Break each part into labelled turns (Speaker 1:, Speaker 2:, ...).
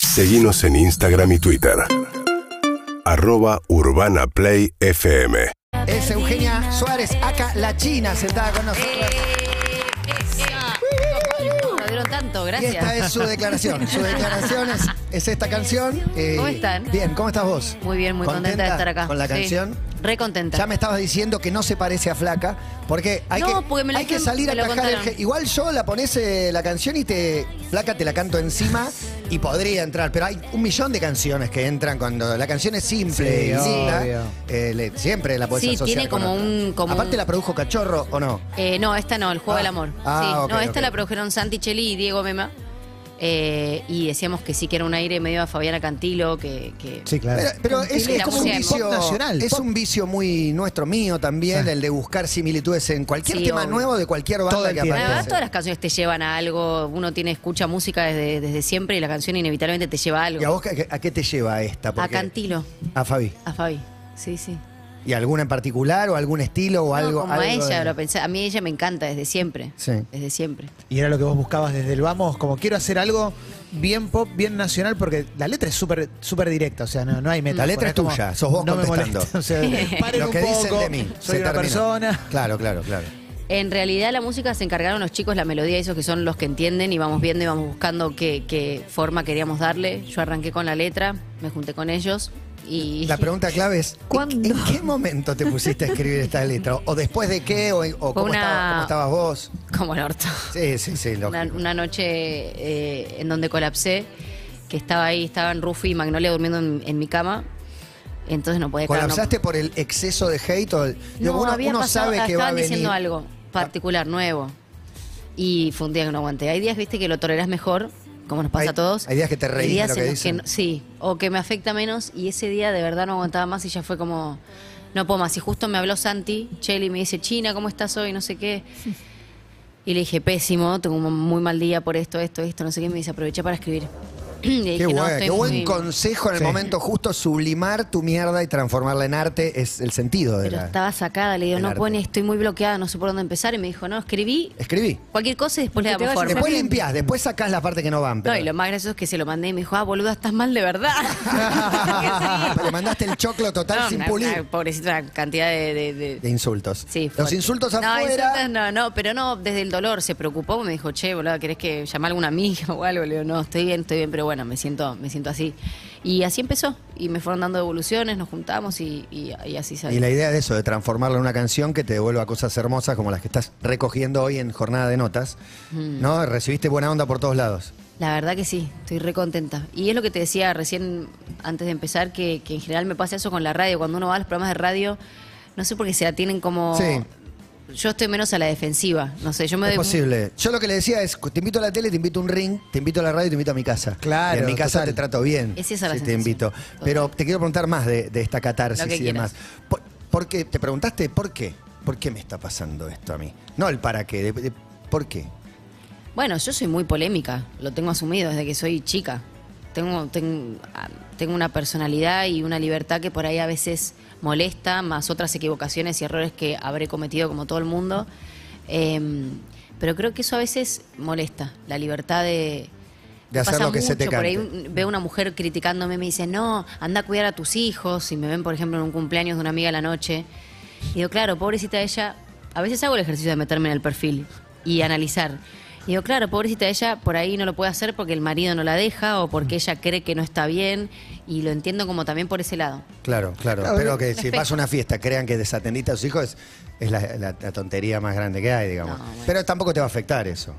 Speaker 1: Seguimos en Instagram y Twitter. Arroba Urbana Play FM.
Speaker 2: Es Eugenia Suárez, acá la China, sentada con nosotros.
Speaker 3: Eh, esa. No dieron tanto,
Speaker 2: Y esta
Speaker 3: gracias.
Speaker 2: es su declaración. Su declaración es, es esta canción. Eh,
Speaker 3: ¿Cómo están?
Speaker 2: Bien, ¿cómo estás vos?
Speaker 3: Muy bien, muy contenta, de estar acá.
Speaker 2: ¿Con la
Speaker 3: Sí,
Speaker 2: canción?
Speaker 3: re contenta.
Speaker 2: Ya me estabas diciendo que no se parece a Flaca, porque hay,
Speaker 3: No,
Speaker 2: que,
Speaker 3: porque me lo
Speaker 2: hay que
Speaker 3: dijeron,
Speaker 2: salir a
Speaker 3: me lo
Speaker 2: atajar el
Speaker 3: contaron.
Speaker 2: ge- Igual yo la pones eh, la canción y te Flaca te la canto encima y podría entrar, pero hay un millón de canciones que entran cuando la canción es simple
Speaker 4: Sí,
Speaker 2: y linda.
Speaker 4: obvio.
Speaker 2: eh, le- siempre la podés
Speaker 3: Sí,
Speaker 2: asociar
Speaker 3: tiene
Speaker 2: con
Speaker 3: como
Speaker 2: otra.
Speaker 3: un- como
Speaker 2: Aparte
Speaker 3: un-
Speaker 2: la produjo Cachorro o no.
Speaker 3: Eh, no, esta no, el juego
Speaker 2: Ah,
Speaker 3: del amor.
Speaker 2: ah,
Speaker 3: sí,
Speaker 2: ok,
Speaker 3: no, esta
Speaker 2: ok.
Speaker 3: la produjeron Santi Cheli y Diego Mema. Eh, y decíamos que sí que era un aire medio a Fabiana Cantilo, que, que
Speaker 4: Sí, claro.
Speaker 2: Pero, pero es,
Speaker 3: Compilé
Speaker 2: es
Speaker 3: la
Speaker 2: como un
Speaker 3: música de
Speaker 2: vicio
Speaker 4: pop nacional,
Speaker 2: Es
Speaker 4: pop.
Speaker 2: un vicio muy nuestro mío también, el de buscar similitudes en cualquier
Speaker 3: Sí,
Speaker 2: tema
Speaker 3: obvio.
Speaker 2: nuevo de cualquier banda
Speaker 4: Todo el
Speaker 2: que
Speaker 4: tiempo.
Speaker 2: aparece.
Speaker 3: Además, todas las canciones te llevan a algo. Uno tiene escucha música desde, desde siempre y la canción inevitablemente te lleva a
Speaker 2: ¿Y a
Speaker 3: algo.
Speaker 2: vos qué- a qué te lleva esta?
Speaker 3: A
Speaker 2: Porque-
Speaker 3: Cantilo,
Speaker 2: A Fabi.
Speaker 3: a Fabi. Sí, sí.
Speaker 2: ¿Y alguna en particular o algún estilo o
Speaker 3: No,
Speaker 2: algo?
Speaker 3: como a
Speaker 2: algo
Speaker 3: ella,
Speaker 2: de-
Speaker 3: lo pensé. A mí ella me encanta desde siempre.
Speaker 2: Sí.
Speaker 3: Desde siempre.
Speaker 4: Y era lo que vos buscabas desde el vamos, como quiero hacer algo bien pop, bien nacional, porque la letra es súper súper directa, o sea, no, no hay meta.
Speaker 2: La letra es tuya, sos vos
Speaker 4: no
Speaker 2: contestando.
Speaker 4: Me molesta, o sea, paren
Speaker 2: Lo
Speaker 4: un
Speaker 2: que dicen
Speaker 4: poco,
Speaker 2: de mí. se
Speaker 4: Soy una
Speaker 2: terminó.
Speaker 4: persona.
Speaker 2: Claro, claro, claro.
Speaker 3: En realidad la música se encargaron los chicos, la melodía, esos que son los que entienden y vamos viendo y vamos buscando qué, qué forma queríamos darle. Yo arranqué con la letra, me junté con ellos y...
Speaker 2: La pregunta clave es, ¿en-
Speaker 3: ¿Cuándo?
Speaker 2: ¿en qué momento te pusiste a escribir esta letra? ¿O después de qué? ¿O, o cómo,
Speaker 3: una-
Speaker 2: estaba- cómo estabas vos?
Speaker 3: Como el orto.
Speaker 2: Sí, sí, sí. lógico.
Speaker 3: Una, una noche eh, en donde colapsé, que estaba ahí, estaban Rufi y Magnolia durmiendo en, en mi cama, entonces no podía... claro, no-
Speaker 2: ¿Colapsaste por el exceso de hate? O el- digo,
Speaker 3: No,
Speaker 2: uno
Speaker 3: había
Speaker 2: uno
Speaker 3: pasado-
Speaker 2: sabe que va a
Speaker 3: estaban
Speaker 2: venir.
Speaker 3: diciendo algo particular, nuevo. Y fue un día que no aguanté. Hay días, viste, que lo tolerás mejor, como nos pasa
Speaker 2: Hay-
Speaker 3: a todos.
Speaker 2: hay días que te reís de lo que
Speaker 3: en los
Speaker 2: dicen.
Speaker 3: no- sí, o que me afecta menos. Y ese día de verdad no aguantaba más y ya fue como, no puedo más. Y justo me habló Santi, Cheli, me dice, China, ¿cómo estás hoy? No sé qué. Y le dije, pésimo, tengo un muy mal día por esto, esto, esto, no sé qué. Y me dice, aproveché para escribir. Y le
Speaker 2: Qué,
Speaker 3: dije, no,
Speaker 2: guay,
Speaker 3: estoy
Speaker 2: qué buen
Speaker 3: muy-
Speaker 2: consejo en el
Speaker 4: Sí.
Speaker 2: momento justo, sublimar tu mierda y transformarla en arte es el sentido de
Speaker 3: Pero
Speaker 2: la...
Speaker 3: estaba sacada, le digo,
Speaker 2: del
Speaker 3: no,
Speaker 2: arte.
Speaker 3: pone, estoy muy bloqueada, no sé por dónde empezar. Y me dijo, no, escribí
Speaker 2: Escribí.
Speaker 3: cualquier cosa y después le
Speaker 5: Que te
Speaker 3: damos
Speaker 5: vaya
Speaker 3: forma.
Speaker 2: Después limpiás, después sacás las partes que no van.
Speaker 3: No,
Speaker 2: Pero...
Speaker 3: y lo más gracioso es que se lo mandé y me dijo, ah, boluda, estás mal de verdad.
Speaker 2: Pero mandaste el choclo total
Speaker 3: No,
Speaker 2: sin
Speaker 3: una-
Speaker 2: pulir.
Speaker 3: una pobrecita cantidad de... de- de-
Speaker 2: De insultos.
Speaker 3: Sí,
Speaker 2: Los
Speaker 3: fuerte.
Speaker 2: insultos
Speaker 3: no,
Speaker 2: afuera.
Speaker 3: insultos no, no, pero no, desde el dolor se preocupó, me dijo, che, boluda, ¿querés que llamar a alguna amiga o algo? Le digo, no, estoy bien, estoy bien, pero bueno, me siento, me siento así. Y así empezó, y me fueron dando evoluciones, nos juntamos y, y- y así
Speaker 2: Y
Speaker 3: salió.
Speaker 2: la idea de eso, de transformarla en una canción que te devuelva cosas hermosas como las que estás recogiendo hoy en Jornada de Notas.
Speaker 3: Mm.
Speaker 2: ¿No? Recibiste buena onda por todos lados.
Speaker 3: La verdad que sí, estoy re contenta. Y es lo que te decía recién antes de empezar, que, que en general me pasa eso con la radio. Cuando uno va a los programas de radio, no sé por qué se la tienen como...
Speaker 2: Sí.
Speaker 3: Yo estoy menos a la defensiva, no sé, yo me
Speaker 2: Es
Speaker 3: doy...
Speaker 2: posible. Yo lo que le decía es, te invito a la tele, te invito a un ring, te invito a la radio, y te invito a mi casa.
Speaker 4: Claro,
Speaker 2: Y en mi casa
Speaker 4: total.
Speaker 2: te trato bien.
Speaker 3: Es esa la
Speaker 2: si te
Speaker 3: sensación.
Speaker 2: invito. Pero te quiero preguntar más de, de esta catarsis
Speaker 3: Lo que
Speaker 2: y demás. Por- porque te preguntaste por qué, por qué me está pasando esto a mí. No el para qué, de- de- ¿por qué?
Speaker 3: Bueno, yo soy muy polémica, lo tengo asumido desde que soy chica. Tengo, ten- ah, tengo una personalidad y una libertad que por ahí a veces molesta, más otras equivocaciones y errores que habré cometido como todo el mundo. Em, pero creo que eso a veces molesta, la libertad de...
Speaker 2: De hacer
Speaker 3: Pasa
Speaker 2: lo que se te
Speaker 3: mucho, Por ahí
Speaker 2: cante.
Speaker 3: un- veo una mujer criticándome, me dice, no, anda a cuidar a tus hijos. Y me ven, por ejemplo, en un cumpleaños de una amiga a la noche. Y digo, claro, pobrecita ella. A veces hago el ejercicio de meterme en el perfil y analizar. Y digo, claro, pobrecita ella, por ahí no lo puede hacer porque el marido no la deja o porque ella cree que no está bien. Y lo entiendo como también por ese lado.
Speaker 2: Claro, claro.
Speaker 4: Claro,
Speaker 2: Pero
Speaker 4: un
Speaker 2: que si
Speaker 3: espejo.
Speaker 2: vas a una fiesta, crean que desatendiste a sus hijos, es, es la, la- la tontería más grande que hay, digamos.
Speaker 3: No, bueno.
Speaker 2: Pero tampoco te va a afectar eso.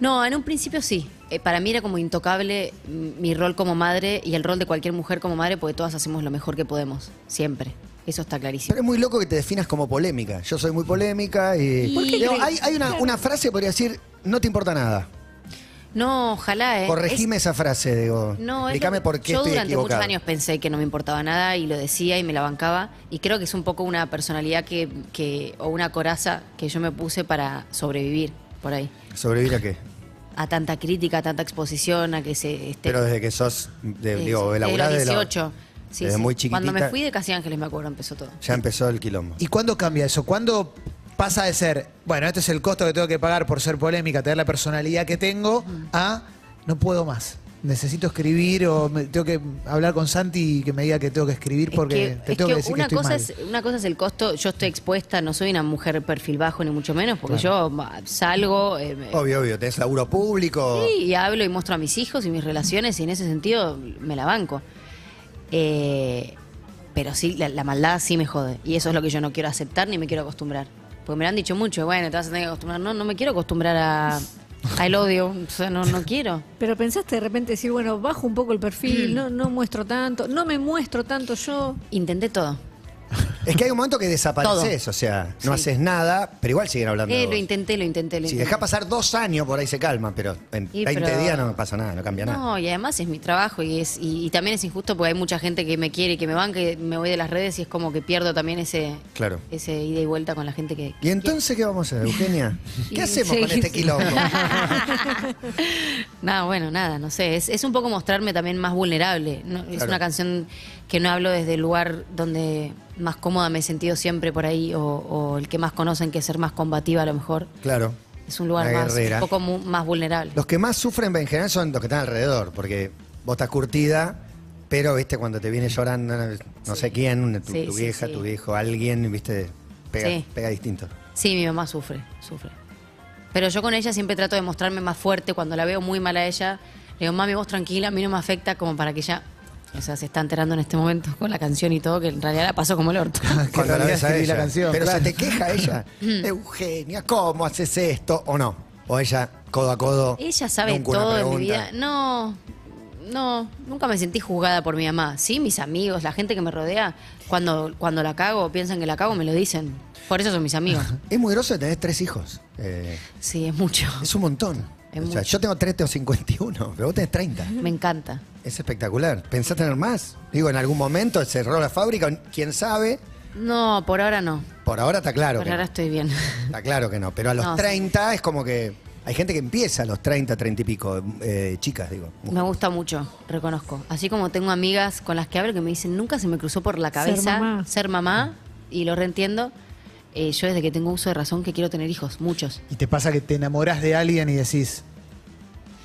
Speaker 3: No, en un principio sí. Eh, para mí era como intocable mm, mi rol como madre y el rol de cualquier mujer como madre porque todas hacemos lo mejor que podemos, siempre. Eso está clarísimo.
Speaker 2: Pero es muy loco que te definas como polémica. Yo soy muy polémica y.
Speaker 3: ¿Por qué
Speaker 2: Digo,
Speaker 3: crees?
Speaker 2: hay hay una, una frase que podría decir, no te importa nada.
Speaker 3: No, ojalá, ¿eh?
Speaker 2: Corregime esa frase, digo.
Speaker 3: No, es lo
Speaker 2: Explícame
Speaker 3: que-
Speaker 2: por qué
Speaker 3: yo
Speaker 2: estoy
Speaker 3: durante
Speaker 2: equivocado.
Speaker 3: muchos años pensé que no me importaba nada y lo decía y me la bancaba y creo que es un poco una personalidad que, que o una coraza que yo me puse para sobrevivir por ahí
Speaker 2: ¿Sobrevivir a qué?
Speaker 3: a tanta crítica, a tanta exposición, a que se esté
Speaker 2: Pero desde que sos, de,
Speaker 3: eh,
Speaker 2: digo,
Speaker 3: desde
Speaker 2: elaborada
Speaker 3: los
Speaker 2: de la-
Speaker 3: 18. Sí,
Speaker 2: desde
Speaker 3: sí.
Speaker 2: muy chiquitita.
Speaker 3: Cuando me fui de Casi Ángeles me acuerdo empezó todo.
Speaker 2: Ya empezó el quilombo.
Speaker 4: ¿Y cuándo cambia eso? ¿Cuándo pasa de ser, bueno, este es el costo que tengo que pagar por ser polémica, tener la personalidad que tengo, a no puedo más? necesito escribir o me- tengo que hablar con Santi y que me diga que tengo que escribir porque
Speaker 3: es que,
Speaker 4: te
Speaker 3: es
Speaker 4: tengo
Speaker 3: que
Speaker 4: que decir
Speaker 3: una
Speaker 4: que estoy
Speaker 3: cosa
Speaker 4: mal.
Speaker 3: es una cosa es el costo yo estoy expuesta no soy una mujer perfil bajo ni mucho menos porque yo ma, salgo eh, me-
Speaker 2: Obvio, obvio, tenés laburo público.
Speaker 3: Sí, y hablo y muestro a mis hijos y mis relaciones y en ese sentido me la banco. Eh, pero sí, la, la maldad sí me jode. Y eso es lo que yo no quiero aceptar ni me quiero acostumbrar. Porque me lo han dicho mucho, bueno, te vas a tener que acostumbrar. No, no me quiero acostumbrar a, al odio. O sea, no, no quiero.
Speaker 5: Pero pensaste de repente decir, bueno, bajo un poco el
Speaker 2: Mm.
Speaker 5: perfil, no, no muestro tanto, no me muestro tanto yo.
Speaker 3: Intenté todo.
Speaker 2: Es que hay un momento que desapareces, o sea, no
Speaker 3: Sí.
Speaker 2: haces nada, pero igual siguen hablando. de
Speaker 3: Eh, lo
Speaker 2: vos.
Speaker 3: intenté, lo intenté, lo
Speaker 2: Si
Speaker 3: intenté.
Speaker 2: dejas pasar dos años, por ahí se calma, pero en
Speaker 3: Y
Speaker 2: 20
Speaker 3: pero-
Speaker 2: días no pasa nada, no cambia nada.
Speaker 3: No, y además es mi trabajo y es y, y también es injusto porque hay mucha gente que me quiere y que me banca y me voy de las redes y es como que pierdo también ese,
Speaker 2: Claro.
Speaker 3: ese ida y vuelta con la gente que...
Speaker 2: ¿Y entonces qué vamos a hacer, Eugenia?
Speaker 5: Y
Speaker 2: ¿Qué hacemos con
Speaker 5: seguís.
Speaker 2: este quilombo?
Speaker 3: Nada, bueno, nada, no sé. Es, es un poco mostrarme también más vulnerable. ¿no? Es
Speaker 2: Claro.
Speaker 3: una canción que no hablo desde el lugar donde más cómoda me he sentido siempre por ahí o, o el que más conocen que es ser más combativa a lo mejor.
Speaker 2: Claro.
Speaker 3: Es un lugar
Speaker 2: Una
Speaker 3: más,
Speaker 2: guerrera.
Speaker 3: un poco mu- más vulnerable.
Speaker 2: Los que más sufren en general son los que están alrededor, porque vos estás curtida, pero viste cuando te viene llorando, no sé quién, tu,
Speaker 3: Sí,
Speaker 2: tu
Speaker 3: sí,
Speaker 2: vieja,
Speaker 3: sí.
Speaker 2: tu viejo, alguien, viste, pega,
Speaker 3: Sí.
Speaker 2: pega distinto.
Speaker 3: Sí, mi mamá sufre, sufre. Pero yo con ella siempre trato de mostrarme más fuerte. Cuando la veo muy mal a ella, le digo, mami, vos tranquila, a mí no me afecta como para que ella... O sea, se está enterando en este momento con la canción y todo, que en realidad la pasó como el orto.
Speaker 4: Que en
Speaker 2: Cuando la
Speaker 4: realidad
Speaker 2: ves a
Speaker 4: escribí
Speaker 2: ella.
Speaker 4: la canción,
Speaker 2: pero
Speaker 4: claro.
Speaker 2: se te queja ella.
Speaker 3: Mm.
Speaker 2: Eugenia, ¿cómo haces esto? ¿O no? O ella, codo a codo.
Speaker 3: Ella sabe
Speaker 2: nunca una
Speaker 3: todo de mi
Speaker 2: pregunta.
Speaker 3: vida. No, no, nunca me sentí juzgada por mi mamá. Sí, mis amigos, la gente que me rodea, cuando, cuando la cago, piensan que la cago, me lo dicen. Por eso son mis amigos.
Speaker 2: Es muy groso tener tres hijos. Eh,
Speaker 3: Sí, es mucho.
Speaker 2: es un montón.
Speaker 3: Es
Speaker 2: O sea,
Speaker 3: mucho.
Speaker 2: yo tengo tres, tengo 51, pero vos tenés 30.
Speaker 3: Me encanta.
Speaker 2: Es espectacular. ¿Pensás tener más? Digo, en algún momento cerró la fábrica, quién sabe.
Speaker 3: No, por ahora no.
Speaker 2: Por ahora está claro.
Speaker 3: por
Speaker 2: que
Speaker 3: ahora
Speaker 2: no.
Speaker 3: estoy bien.
Speaker 2: Está claro que no. Pero a los
Speaker 3: No, sí.
Speaker 2: 30 es como que. Hay gente que empieza a los 30, 30 y pico. eh, chicas, digo.
Speaker 3: Me gusta mucho, reconozco. Así como tengo amigas con las que hablo que me dicen, nunca se me cruzó por la
Speaker 5: Ser
Speaker 3: cabeza
Speaker 5: mamá".
Speaker 3: mamá", y lo reentiendo. Eh, yo desde que tengo uso de razón que quiero tener hijos, muchos.
Speaker 4: Y te pasa que te enamorás de alguien y decís,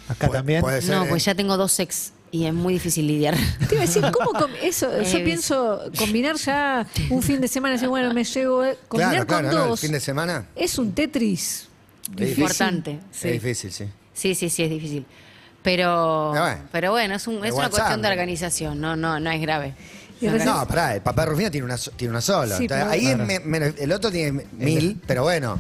Speaker 4: acá
Speaker 2: Pu-
Speaker 4: también.
Speaker 2: puede ser,
Speaker 3: No,
Speaker 2: eh.
Speaker 3: pues ya tengo dos ex y es muy difícil lidiar.
Speaker 5: Te iba a decir, ¿cómo com- eso?
Speaker 3: Eh,
Speaker 5: Yo pienso combinar ya un fin de semana, decir, bueno, me llevo, eh, combinar
Speaker 2: Claro, claro,
Speaker 5: con
Speaker 2: ¿no? El
Speaker 5: dos.
Speaker 2: fin de semana.
Speaker 5: Es un Tetris.
Speaker 2: difícil.
Speaker 3: Importante. Sí.
Speaker 2: Es difícil, sí.
Speaker 3: sí, sí, sí, es difícil. Pero,
Speaker 2: Ah, bueno.
Speaker 3: pero bueno, es, un,
Speaker 2: De
Speaker 3: es una
Speaker 2: WhatsApp,
Speaker 3: cuestión de
Speaker 2: ¿no?
Speaker 3: organización, no, no, no es grave.
Speaker 5: Y recién-
Speaker 2: No, pará, el papá de Rufina tiene una, so- tiene una sola.
Speaker 5: Sí,
Speaker 2: Entonces,
Speaker 5: pero-
Speaker 2: ahí es me- menos- el otro tiene mil, pero bueno,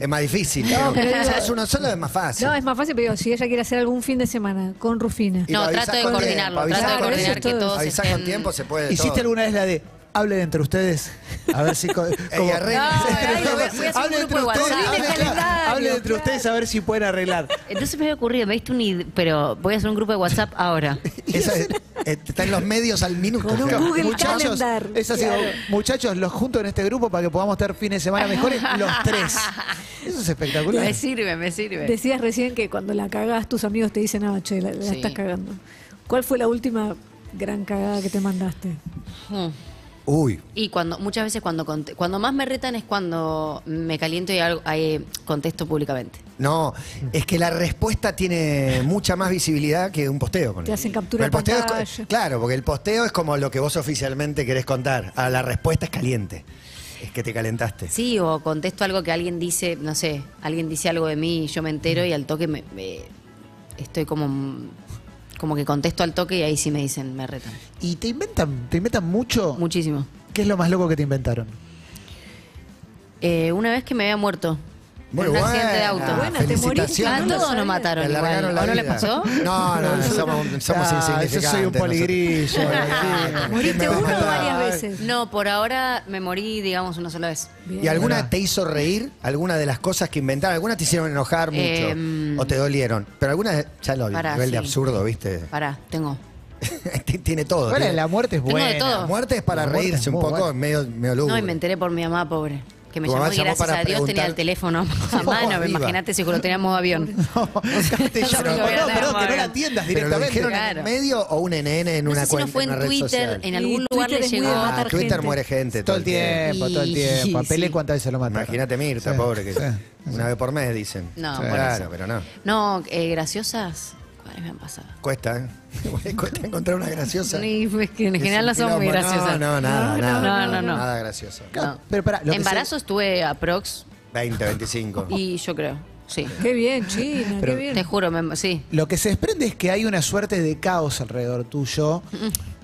Speaker 2: es más difícil.
Speaker 5: No,
Speaker 2: pero
Speaker 5: pero
Speaker 2: si
Speaker 5: digo-
Speaker 2: es uno solo es más fácil.
Speaker 5: No, es más fácil, pero digo, si ella quiere hacer algún fin de semana con Rufina.
Speaker 2: Y
Speaker 3: No,
Speaker 2: lo avisás
Speaker 3: trato de
Speaker 2: con
Speaker 3: coordinarlo,
Speaker 2: tiempo,
Speaker 5: trato de
Speaker 2: avisás con
Speaker 5: coordinar
Speaker 2: tiempo.
Speaker 5: que todos
Speaker 2: Avisás
Speaker 3: estén-
Speaker 2: con tiempo, se puede
Speaker 4: ¿Hiciste
Speaker 2: todo.
Speaker 4: alguna vez la de hablen entre ustedes? A ver si. co- como-
Speaker 2: arreglen. No,
Speaker 3: ahí voy a hacer un
Speaker 4: hablen entre
Speaker 3: grupo de
Speaker 4: ustedes.
Speaker 3: WhatsApp.
Speaker 4: Hablen,
Speaker 5: Coordinen
Speaker 4: claro, hablen
Speaker 5: calendarios,
Speaker 4: entre ustedes a ver si pueden arreglar.
Speaker 3: Entonces me había ocurrido, me diste un id- pero voy a hacer un grupo de WhatsApp ahora.
Speaker 2: Eso es- eh, está en los medios al minuto.
Speaker 5: Con un
Speaker 2: Claro.
Speaker 5: Google
Speaker 4: muchachos,
Speaker 5: Calendar,
Speaker 4: es así,
Speaker 5: claro.
Speaker 4: muchachos, los junto en este grupo para que podamos estar fines de semana mejores los tres. Eso es espectacular.
Speaker 3: Me sirve, me sirve.
Speaker 5: Decías recién que cuando la cagás, tus amigos te dicen, ah, che, la, la
Speaker 3: Sí.
Speaker 5: estás cagando. ¿Cuál fue la última gran cagada que te mandaste?
Speaker 3: Mm.
Speaker 2: Uy,
Speaker 3: Y cuando muchas veces cuando cont- cuando más me retan es cuando me caliento y algo, ahí contesto públicamente.
Speaker 2: no, es que la respuesta tiene mucha más visibilidad que un posteo. ponele.
Speaker 5: Te hacen captura
Speaker 2: Pero el
Speaker 5: de
Speaker 2: posteo es co-
Speaker 5: pantalla.
Speaker 2: claro, porque el posteo es como lo que vos oficialmente querés contar. A la respuesta es caliente. Es que te calentaste.
Speaker 3: Sí, o contesto algo que alguien dice, no sé, alguien dice algo de mí y yo me entero y al toque me, me- estoy como como que contesto al toque y ahí sí me dicen, me retan.
Speaker 4: Y te inventan, te inventan mucho.
Speaker 3: Muchísimo.
Speaker 4: ¿Qué es lo más loco que te inventaron?
Speaker 3: Eh, una vez que me había muerto.
Speaker 2: Muy
Speaker 3: en un
Speaker 2: buena.
Speaker 3: accidente de auto.
Speaker 5: Buena, te moriste.
Speaker 3: A
Speaker 2: Felicitaciones.
Speaker 3: todos
Speaker 5: No
Speaker 3: nos mataron.
Speaker 2: Me
Speaker 3: Igual.
Speaker 2: largaron la
Speaker 3: ¿O no les
Speaker 2: vida.
Speaker 3: pasó?
Speaker 2: No, no, no, somos, somos
Speaker 4: Ah,
Speaker 2: insignificantes.
Speaker 4: yo soy un poligrillo.
Speaker 2: nosotros.
Speaker 5: Moriste
Speaker 2: ¿Quién Ah, me va a
Speaker 5: uno o
Speaker 2: matar?
Speaker 5: varias veces.
Speaker 3: No, por ahora me morí, digamos, una sola vez.
Speaker 5: Bien.
Speaker 2: ¿Y alguna
Speaker 4: Mirá.
Speaker 2: te hizo reír? ¿Alguna de las cosas que inventaron? ¿Algunas te hicieron enojar mucho?
Speaker 3: Eh,
Speaker 2: ¿O te dolieron? Pero algunas, ya lo vi,
Speaker 3: Pará,
Speaker 2: nivel de
Speaker 3: sí.
Speaker 2: absurdo, ¿viste?
Speaker 3: Pará, tengo.
Speaker 2: T- Tiene todo.
Speaker 4: Bueno,
Speaker 2: tiene-
Speaker 4: la muerte es
Speaker 3: Tengo de
Speaker 4: buena.
Speaker 3: todo.
Speaker 2: La muerte es para
Speaker 4: La muerte
Speaker 2: reírse
Speaker 4: es
Speaker 2: un
Speaker 4: muy
Speaker 2: poco,
Speaker 4: buena.
Speaker 2: medio, medio lúgubre.
Speaker 3: No, y me enteré por mi mamá, pobre. Que me
Speaker 2: Tu
Speaker 3: llamó,
Speaker 2: mamá
Speaker 3: y
Speaker 2: llamó
Speaker 3: gracias
Speaker 2: para
Speaker 3: a Dios tenía
Speaker 2: preguntar-
Speaker 3: el teléfono a
Speaker 2: Oh,
Speaker 3: mano.
Speaker 2: viva.
Speaker 3: Imagínate si lo tenía en modo avión.
Speaker 4: Te
Speaker 3: Yo
Speaker 4: llaman,
Speaker 3: no
Speaker 4: no,
Speaker 3: voy a dar
Speaker 4: perdón, que no
Speaker 3: margen.
Speaker 4: la atiendas
Speaker 2: ¿Pero lo
Speaker 4: directamente.
Speaker 2: dijeron en
Speaker 3: Claro.
Speaker 2: el medio o un NN en
Speaker 3: No
Speaker 2: una
Speaker 3: sé si
Speaker 2: cuenta?
Speaker 3: no fue
Speaker 2: en,
Speaker 3: en
Speaker 2: una red
Speaker 3: Twitter,
Speaker 2: social?
Speaker 3: en algún
Speaker 5: Y
Speaker 3: lugar
Speaker 5: Twitter
Speaker 3: le
Speaker 5: es muy
Speaker 3: llegó.
Speaker 5: de matar
Speaker 2: Ah, Twitter
Speaker 5: gente.
Speaker 2: muere gente
Speaker 4: Todo el tiempo, todo el
Speaker 3: Y-
Speaker 4: tiempo. A
Speaker 3: sí.
Speaker 4: Pelé cuántas veces lo mataron.
Speaker 2: Imagínate Mirta,
Speaker 4: Sí.
Speaker 2: pobre, que
Speaker 4: Sí.
Speaker 2: una vez por mes dicen.
Speaker 3: No,
Speaker 2: Sí.
Speaker 3: por
Speaker 2: claro,
Speaker 3: eso.
Speaker 2: pero no.
Speaker 3: No, eh, graciosas. ¿cuál? Ay, me han pasado.
Speaker 2: Cuesta, ¿eh? Cuesta encontrar una graciosa.
Speaker 5: Y, pues, que en
Speaker 2: Es
Speaker 5: general
Speaker 2: un
Speaker 5: no son muy
Speaker 2: quilombo.
Speaker 5: graciosas.
Speaker 2: No, no, nada,
Speaker 5: No,
Speaker 2: nada.
Speaker 3: no, no, no.
Speaker 2: Nada graciosa.
Speaker 3: No.
Speaker 4: Pero pará, lo que
Speaker 3: Embarazo estuve a Prox
Speaker 2: 20, 25.
Speaker 3: y yo creo, sí.
Speaker 5: Qué bien, China, qué bien.
Speaker 3: Te juro, me- sí.
Speaker 4: Lo que se desprende es que hay una suerte de caos alrededor tuyo,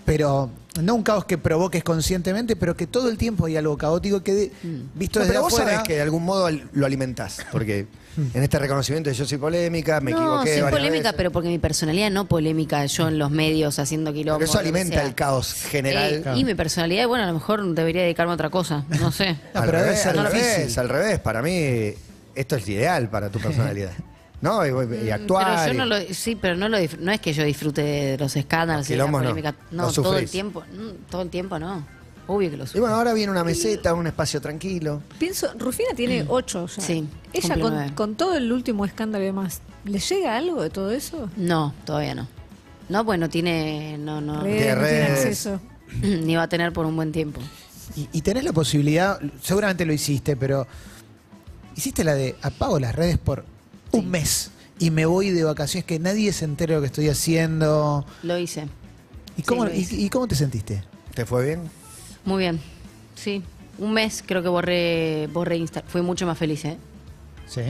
Speaker 4: pero no un caos que provoques conscientemente, pero que todo el tiempo hay algo caótico que de- visto
Speaker 2: Mm. No,
Speaker 4: desde
Speaker 2: pero vos
Speaker 4: afuera.
Speaker 2: sabés que de algún modo lo alimentás, porque en este reconocimiento de yo soy polémica, me
Speaker 3: no,
Speaker 2: equivoqué.
Speaker 3: sin
Speaker 2: varias
Speaker 3: polémica,
Speaker 2: veces.
Speaker 3: pero porque mi personalidad no polémica, yo en los medios haciendo quilombo.
Speaker 2: Pero eso
Speaker 3: lo que
Speaker 2: alimenta
Speaker 3: sea.
Speaker 2: el caos general.
Speaker 3: Eh, Y mi personalidad, bueno, a lo mejor debería dedicarme a otra cosa, no sé.
Speaker 4: No,
Speaker 2: al
Speaker 4: pero debe
Speaker 2: revés,
Speaker 4: ser
Speaker 2: al
Speaker 4: difícil.
Speaker 2: revés, al revés. Para mí, esto es ideal para tu personalidad. ¿No? Y, y actuar.
Speaker 3: Mm, Pero yo no
Speaker 2: y-
Speaker 3: lo, sí, pero no, lo, dif- no es que yo disfrute de los escándalos
Speaker 2: Los
Speaker 3: y de la
Speaker 2: quilombos no.
Speaker 3: polémica. No,
Speaker 2: Los
Speaker 3: todo el
Speaker 2: sufrís.
Speaker 3: tiempo, mm, todo el tiempo no. Obvio que lo
Speaker 2: y
Speaker 3: sufro.
Speaker 2: bueno, ahora viene una meseta, un espacio tranquilo.
Speaker 5: Pienso, Rufina tiene ocho ya.
Speaker 3: Mm. Sí,
Speaker 5: Ella
Speaker 3: cumple
Speaker 5: con,
Speaker 3: nueve.
Speaker 5: con todo el último escándalo y demás, ¿le llega algo de todo eso?
Speaker 3: No, todavía no. No, pues no tiene, no, no,
Speaker 5: Re,
Speaker 2: De
Speaker 5: no tiene
Speaker 2: redes.
Speaker 5: acceso.
Speaker 3: ni va a tener por un buen tiempo.
Speaker 4: Y, y tenés la posibilidad, seguramente lo hiciste, pero hiciste la de apago las redes por un mes y me voy de vacaciones, que nadie se entere de lo que estoy haciendo.
Speaker 3: Lo hice.
Speaker 4: ¿Y cómo,
Speaker 3: lo
Speaker 4: y-
Speaker 3: hice.
Speaker 4: y cómo te sentiste?
Speaker 2: ¿Te fue bien?
Speaker 3: Muy bien. Sí. Un mes creo que borré, borré Instagram. Fui mucho más feliz, ¿eh?
Speaker 4: Sí.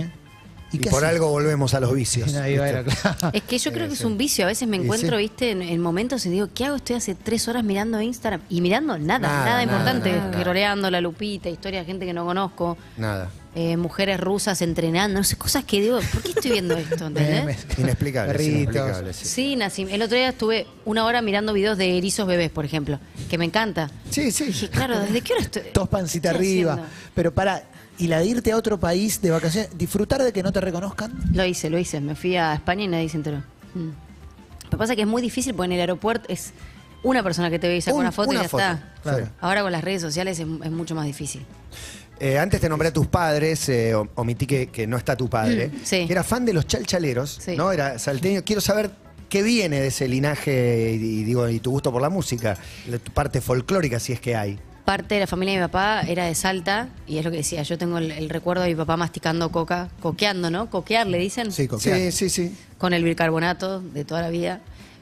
Speaker 2: Y,
Speaker 4: qué
Speaker 2: por
Speaker 4: haces?
Speaker 2: algo volvemos a los vicios.
Speaker 4: Ahí va,
Speaker 2: ¿viste?
Speaker 4: era claro.
Speaker 3: Es que yo creo que es
Speaker 2: sí.
Speaker 3: un vicio. A veces me
Speaker 2: Y
Speaker 3: encuentro,
Speaker 2: sí.
Speaker 3: viste, en, en momentos y digo, ¿qué hago? Estoy hace tres horas mirando Instagram y mirando nada,
Speaker 2: Nada,
Speaker 3: nada,
Speaker 2: nada,
Speaker 3: importante.
Speaker 2: nada, nada.
Speaker 3: Scrolleando la lupita, historia de gente que no conozco,
Speaker 2: Nada.
Speaker 3: eh, mujeres rusas entrenando, no sé, cosas que digo, ¿por qué estoy viendo esto? ¿Entendés?
Speaker 4: Memes.
Speaker 2: Inexplicable.
Speaker 4: Perritos.
Speaker 2: inexplicable, sí.
Speaker 3: ¿Eh? Sí, Nassim. El otro día estuve una hora mirando videos de erizos bebés, por ejemplo, que me encanta.
Speaker 2: Sí, sí.
Speaker 3: Dije, claro, ¿desde qué hora estoy?
Speaker 4: Dos pancita
Speaker 3: ¿Qué estoy
Speaker 4: arriba.
Speaker 3: haciendo?
Speaker 4: Pero para, y la de irte a otro país de vacaciones, disfrutar de que no te reconozcan.
Speaker 3: Lo hice, lo hice. Me fui a España y nadie se enteró. Mm. Lo que pasa es que es muy difícil porque en el aeropuerto es una persona que te ve y saca
Speaker 2: Un-
Speaker 3: una foto y
Speaker 2: una
Speaker 3: ya
Speaker 2: foto,
Speaker 3: está.
Speaker 2: claro.
Speaker 3: Ahora con las redes sociales es, es mucho más difícil.
Speaker 2: Eh, antes te nombré a tus padres, eh, o- omití que, que no está tu padre.
Speaker 3: sí.
Speaker 2: que Era fan de los chalchaleros,
Speaker 3: Sí.
Speaker 2: ¿no? Era salteño. Quiero saber qué viene de ese linaje y, y digo, y tu gusto por la música, la- tu parte folclórica, si es que hay.
Speaker 3: Parte de la familia de mi papá era de Salta y es lo que decía. Yo tengo el, el recuerdo de mi papá masticando coca, coqueando, ¿no? Coquear, le dicen.
Speaker 4: Sí, coquear.
Speaker 2: Sí, sí, sí.
Speaker 3: con el bicarbonato de toda la vida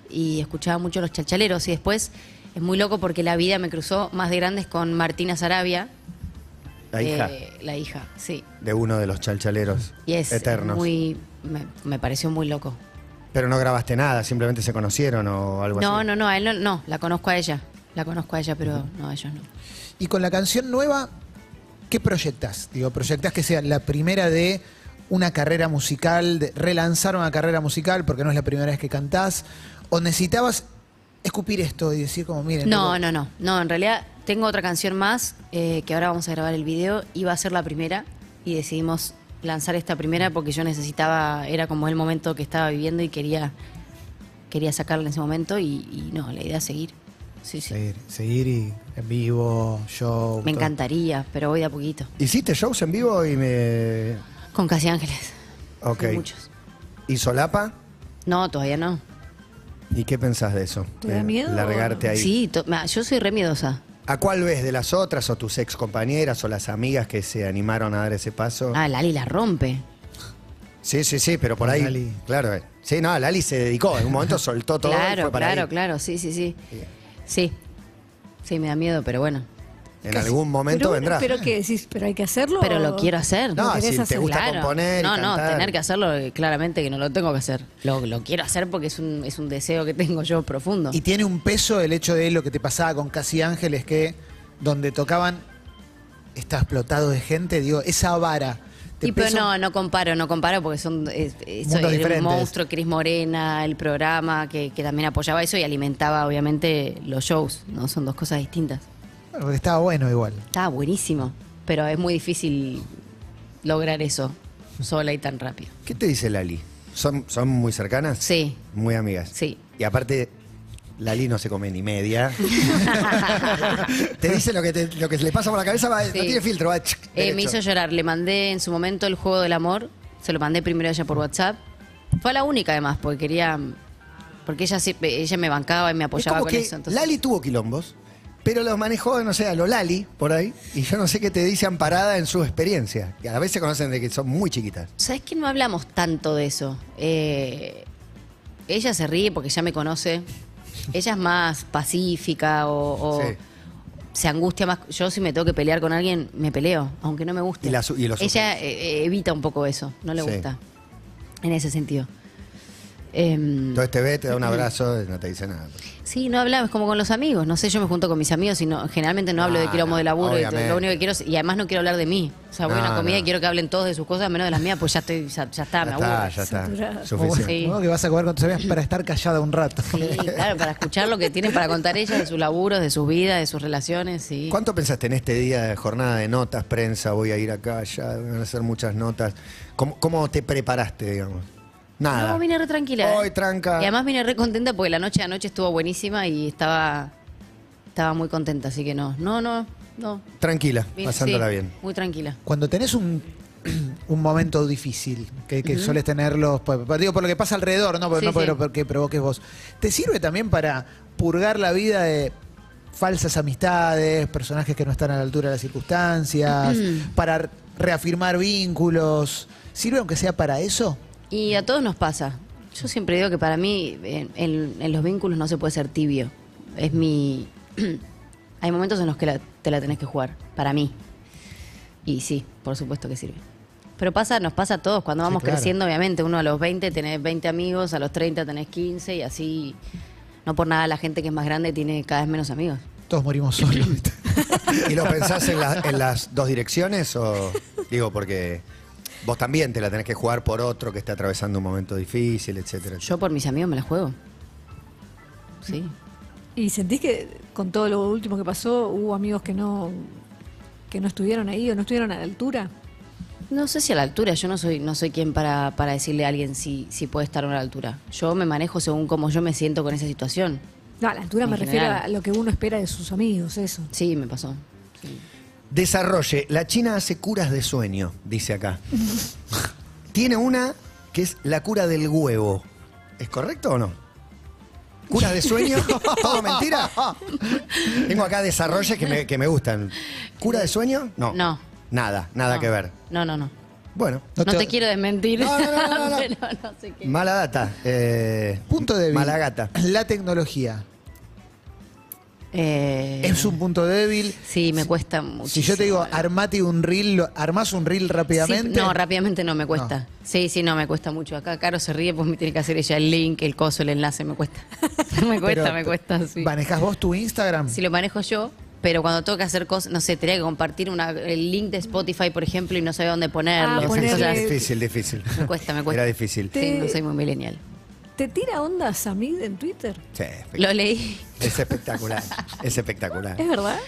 Speaker 3: y escuchaba mucho los chachaleros y después es muy loco porque la vida me cruzó más de grandes con Martina Sarabia,
Speaker 2: La
Speaker 3: eh,
Speaker 2: hija
Speaker 3: la hija, sí.
Speaker 2: de uno de los chalchaleros
Speaker 3: Y es
Speaker 2: eternos.
Speaker 3: muy me, me pareció muy loco.
Speaker 2: Pero no grabaste nada, simplemente se conocieron o algo
Speaker 3: No,
Speaker 2: así.
Speaker 3: no, no, a él no, no, la conozco a ella. La conozco a ella, pero no, a ellos no.
Speaker 4: Y con la canción nueva, ¿qué proyectas? Digo, ¿proyectas que sea la primera de una carrera musical, de relanzar una carrera musical, porque no es la primera vez que cantás? ¿O necesitabas escupir esto y decir como, miren,
Speaker 3: No,
Speaker 4: loco,
Speaker 3: no, no. No, en realidad tengo otra canción más eh, que ahora vamos a grabar el video. Iba a ser la primera y decidimos lanzar esta primera porque yo necesitaba, era como el momento que estaba viviendo y quería, quería sacarla en ese momento y, y no, la idea es seguir. Sí, sí.
Speaker 4: Seguir, seguir y en vivo, show.
Speaker 3: Me
Speaker 4: todo.
Speaker 3: encantaría, pero voy de a poquito.
Speaker 2: ¿Hiciste shows en vivo y me.
Speaker 3: Con Casi Ángeles.
Speaker 2: Ok.
Speaker 3: Y Muchos.
Speaker 2: ¿Y Solapa?
Speaker 3: No, todavía no.
Speaker 2: ¿Y qué pensás de eso?
Speaker 5: ¿Te da
Speaker 2: De
Speaker 5: miedo?
Speaker 2: Largarte ahí.
Speaker 3: Sí, to- ma, yo soy re miedosa.
Speaker 2: ¿A cuál ves de las otras o tus ex compañeras o las amigas que se animaron a dar ese paso?
Speaker 3: Ah, Lali la rompe.
Speaker 2: Sí, sí, sí, pero por ahí.
Speaker 4: Lali.
Speaker 2: Claro, eh. sí, no, Lali se dedicó, en un momento soltó todo. y
Speaker 3: claro,
Speaker 2: fue para
Speaker 3: claro,
Speaker 2: ahí.
Speaker 3: claro. Sí, sí, sí.
Speaker 2: Bien.
Speaker 3: Sí. Sí, me da miedo, pero bueno.
Speaker 2: En algún momento
Speaker 5: pero, bueno,
Speaker 2: vendrás.
Speaker 5: Pero que decís, pero hay que hacerlo.
Speaker 3: Pero lo
Speaker 5: o-
Speaker 3: quiero hacer.
Speaker 5: ¿Lo
Speaker 2: No,
Speaker 5: querés
Speaker 2: si te
Speaker 5: hacer?
Speaker 2: gusta componer y
Speaker 3: No, no,
Speaker 2: cantar.
Speaker 3: tener que hacerlo, eh, claramente que no lo tengo que hacer. Lo, lo quiero hacer porque es un, es un deseo que tengo yo profundo.
Speaker 4: Y tiene un peso el hecho de lo que te pasaba con Casi Ángeles, que donde tocaban está explotado de gente, digo, esa vara. te
Speaker 3: Y pero
Speaker 4: pesa
Speaker 3: no,
Speaker 4: un-
Speaker 3: no comparo, no comparo porque son es, es-
Speaker 4: Mundos
Speaker 3: era
Speaker 4: diferentes.
Speaker 3: un monstruo, Cris Morena, el programa que, que también apoyaba eso y alimentaba obviamente los shows, no son dos cosas distintas.
Speaker 4: Bueno, porque estaba bueno igual.
Speaker 3: Estaba buenísimo, pero es muy difícil lograr eso sola y tan rápido.
Speaker 2: ¿Qué te dice Lali? ¿Son, ¿Son muy cercanas?
Speaker 3: Sí.
Speaker 2: Muy amigas.
Speaker 3: Sí.
Speaker 2: Y aparte, Lali no se come ni media. te dice lo que, te- lo que le pasa por la cabeza, va-
Speaker 3: Sí.
Speaker 2: no tiene filtro, va. ch-
Speaker 3: Eh, me
Speaker 2: derecho.
Speaker 3: hizo llorar. Le mandé en su momento el juego del amor. Se lo mandé primero a ella por WhatsApp. Fue la única además, porque quería. Porque ella siempre- ella me bancaba y me
Speaker 2: Es
Speaker 3: apoyaba
Speaker 2: como
Speaker 3: con
Speaker 2: que
Speaker 3: eso. entonces-
Speaker 2: Lali tuvo quilombos, pero los manejó, no sé, a lo Lali, por ahí, y yo no sé qué te dice Amparada en su experiencia. Y a la vez se conocen de que son muy chiquitas.
Speaker 3: ¿Sabes que no hablamos tanto de eso? Eh, Ella se ríe porque ya me conoce. Ella es más pacífica o, o
Speaker 2: Sí.
Speaker 3: se angustia más. Yo si me tengo que pelear con alguien, me peleo, aunque no me guste.
Speaker 2: Y la su- y lo
Speaker 3: Ella
Speaker 2: sufrís.
Speaker 3: eh, eh, evita un poco eso, no le
Speaker 2: Sí.
Speaker 3: gusta. En ese sentido. Em,
Speaker 2: Entonces te ve, este te da un abrazo y no te dice nada.
Speaker 3: Sí, no hablaba, es como con los amigos. No sé, yo me junto con mis amigos y no, generalmente no hablo de
Speaker 2: Ah,
Speaker 3: quilombo
Speaker 2: no,
Speaker 3: de laburo. y
Speaker 2: obviamente.
Speaker 3: Lo único que quiero es- y además no quiero hablar de mí. O sea, voy a
Speaker 2: No,
Speaker 3: una comida y
Speaker 2: no.
Speaker 3: quiero que hablen todos de sus cosas, menos de las mías, pues ya estoy, ya, ya está,
Speaker 2: ya
Speaker 3: me
Speaker 2: está,
Speaker 3: aburro.
Speaker 2: ya está.
Speaker 5: Saturado.
Speaker 4: O bueno,
Speaker 2: Suficiente.
Speaker 3: Sí.
Speaker 4: ¿no? Que vas a jugar con tus amigas para estar callada un rato.
Speaker 3: Sí, claro, para escuchar lo que tienen para contar ellas de sus laburos, de sus vidas, de sus relaciones. Sí.
Speaker 2: ¿Cuánto pensaste en este día de jornada de notas, prensa? Voy a ir acá, ya van a hacer muchas notas. ¿Cómo, cómo te preparaste, digamos? Nada.
Speaker 3: No, vine re tranquila.
Speaker 2: Hoy
Speaker 3: eh.
Speaker 2: tranca.
Speaker 3: Y además vine re contenta porque la noche anoche estuvo buenísima y estaba, estaba muy contenta, así que no, no, no, no.
Speaker 2: Tranquila,
Speaker 3: Vine-
Speaker 2: pasándola
Speaker 3: sí,
Speaker 2: bien.
Speaker 3: Muy tranquila.
Speaker 4: Cuando tenés un, un momento difícil, que, que sueles tenerlos, pues, por- por- digo, por lo que pasa alrededor, no, por,
Speaker 3: Sí,
Speaker 4: no por
Speaker 3: sí.
Speaker 4: lo por que provoques vos, ¿te sirve también para purgar la vida de falsas amistades, personajes que no están a la altura de las circunstancias, para reafirmar vínculos? ¿Sirve aunque sea para eso?
Speaker 3: Y a todos nos pasa. Yo siempre digo que para mí en, en- en los vínculos no se puede ser tibio. Es mi... Hay momentos en los que la- te la tenés que jugar, para mí. Y sí, por supuesto que sirve. Pero pasa, nos pasa a todos, cuando
Speaker 4: Sí,
Speaker 3: vamos
Speaker 4: claro.
Speaker 3: creciendo, obviamente, uno a los 20 tenés 20 amigos, a los 30 tenés 15 y así, no por nada la gente que es más grande tiene cada vez menos amigos.
Speaker 4: Todos morimos solos. ¿viste?
Speaker 2: ¿Y lo pensás en, la- en las dos direcciones? O digo, porque vos también te la tenés que jugar por otro que está atravesando un momento difícil, etcétera.
Speaker 3: Yo por mis amigos me la juego. Sí.
Speaker 5: ¿Y sentís que con todo lo último que pasó hubo amigos que no, que no estuvieron ahí o no estuvieron a la altura?
Speaker 3: No sé si a la altura, yo no soy, no soy quien para, para decirle a alguien si, si puede estar o no a la altura. Yo me manejo según cómo yo me siento con esa situación.
Speaker 5: No, a la altura
Speaker 3: En
Speaker 5: me refiero
Speaker 3: general.
Speaker 5: a lo que uno espera de sus amigos, eso.
Speaker 3: Sí, me pasó.
Speaker 2: Desarrolle. La China hace curas de sueño, dice acá. Tiene una que es la cura del huevo. ¿Es correcto o no? ¿Curas de sueño? ¿Todo mentira? Tengo acá desarrolles que me, que me gustan. ¿Cura de sueño? No.
Speaker 3: No.
Speaker 2: Nada, nada
Speaker 3: No.
Speaker 2: que ver.
Speaker 3: No, no, no.
Speaker 2: Bueno,
Speaker 4: No
Speaker 3: No,
Speaker 4: te-
Speaker 3: te... quiero desmentir.
Speaker 2: No, no, no, no, no.
Speaker 3: pero no sé qué.
Speaker 2: mala data. eh,
Speaker 4: Punto débil.
Speaker 2: Mala gata.
Speaker 4: La tecnología.
Speaker 3: Eh,
Speaker 4: Es un punto débil.
Speaker 3: Sí, me cuesta mucho.
Speaker 4: Si yo te digo, armate un reel, lo- armás un reel rápidamente.
Speaker 3: no, rápidamente no me cuesta.
Speaker 4: No.
Speaker 3: Sí, sí, no me cuesta mucho. Acá Caro se ríe, pues me tiene que hacer ella el link, el coso, el enlace, me cuesta. me cuesta,
Speaker 4: Pero,
Speaker 3: me cuesta, sí.
Speaker 4: ¿Manejás vos tu Instagram?
Speaker 3: si lo manejo yo, pero cuando tengo que hacer cosas, no sé, tenía que compartir una- el link de Spotify, por ejemplo, y no sabía dónde ponerlo.
Speaker 5: Ah,
Speaker 3: esas
Speaker 5: ponerle-
Speaker 3: cosas.
Speaker 2: Difícil, difícil.
Speaker 3: Me cuesta, me cuesta.
Speaker 2: Era difícil.
Speaker 3: Sí, no soy muy millennial.
Speaker 5: ¿Te tira onda Samid en Twitter?
Speaker 2: Sí, espe-
Speaker 3: Lo leí.
Speaker 2: es espectacular. Es espectacular.
Speaker 5: ¿Es verdad?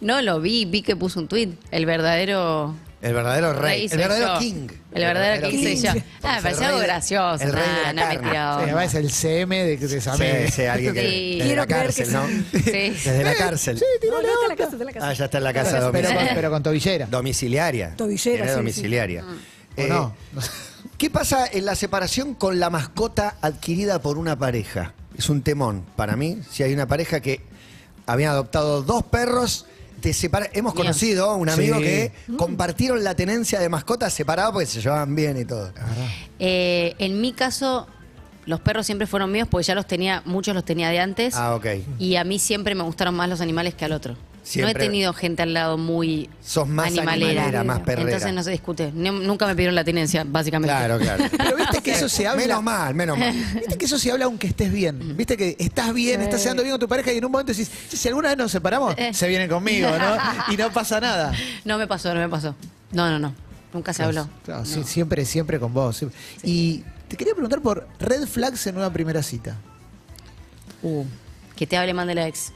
Speaker 3: No, lo vi, vi que puso un tweet. El verdadero.
Speaker 2: El verdadero rey.
Speaker 3: rey
Speaker 2: el
Speaker 3: soy
Speaker 2: verdadero
Speaker 3: yo.
Speaker 2: king.
Speaker 3: El verdadero king soy yo.
Speaker 2: Porque
Speaker 3: Ah,
Speaker 2: es
Speaker 3: me
Speaker 2: el
Speaker 3: pareció
Speaker 2: rey
Speaker 3: algo
Speaker 2: de-
Speaker 3: gracioso.
Speaker 2: El rey de la
Speaker 3: Ah, no me
Speaker 2: carne.
Speaker 3: tiraba.
Speaker 4: Sí, es el CM de que se sabe.
Speaker 2: Sí, sí, alguien que
Speaker 3: Sí.
Speaker 2: desde la
Speaker 5: Quiero creer que
Speaker 2: cárcel, ¿no?
Speaker 5: sí.
Speaker 3: Sí.
Speaker 2: Desde la cárcel.
Speaker 5: No, no, está en la casa, está en la casa.
Speaker 2: Ah, ya está en la casa
Speaker 4: Pero, pero con,
Speaker 2: domiciliaria.
Speaker 4: pero con tobillera.
Speaker 2: domiciliaria.
Speaker 5: Tobillera,
Speaker 2: Era
Speaker 5: sí,
Speaker 2: domiciliaria.
Speaker 4: ¿O
Speaker 2: Eh,
Speaker 4: no?
Speaker 2: ¿Qué pasa en la separación con la mascota adquirida por una pareja? Es un temón para mí. Si hay una pareja que habían adoptado dos perros, te separa- hemos
Speaker 3: Bien. Mm.
Speaker 2: conocido un amigo
Speaker 4: Sí.
Speaker 2: que compartieron la tenencia de mascotas separadas porque se llevaban bien y todo.
Speaker 3: Eh, en mi caso, los perros siempre fueron míos porque ya los tenía, muchos los tenía de antes.
Speaker 2: Ah, ok.
Speaker 3: Y a mí siempre me gustaron más los animales que al otro.
Speaker 2: Siempre.
Speaker 3: No he tenido gente al lado muy
Speaker 2: Sos más
Speaker 3: animalera.
Speaker 2: animalera, más perrera.
Speaker 3: Entonces no se discute. Ni- nunca me pidieron la tenencia, básicamente.
Speaker 2: Claro, claro.
Speaker 4: Pero viste que eso se habla.
Speaker 2: Menos mal, menos mal.
Speaker 4: Viste que eso se habla aunque estés
Speaker 3: Mm.
Speaker 4: bien. Viste que estás bien, estás quedando bien con tu pareja y en un momento decís, "Che, si alguna vez nos separamos,
Speaker 3: Eh.
Speaker 4: se vienen conmigo, ¿no? Y no pasa nada.
Speaker 3: No me pasó, no me pasó. No, no, no. Nunca se habló.
Speaker 4: Claro, sí, siempre, siempre con vos. siempre. Y te quería preguntar por red flags en una primera cita.
Speaker 3: Uh, que te hable mal de la ex.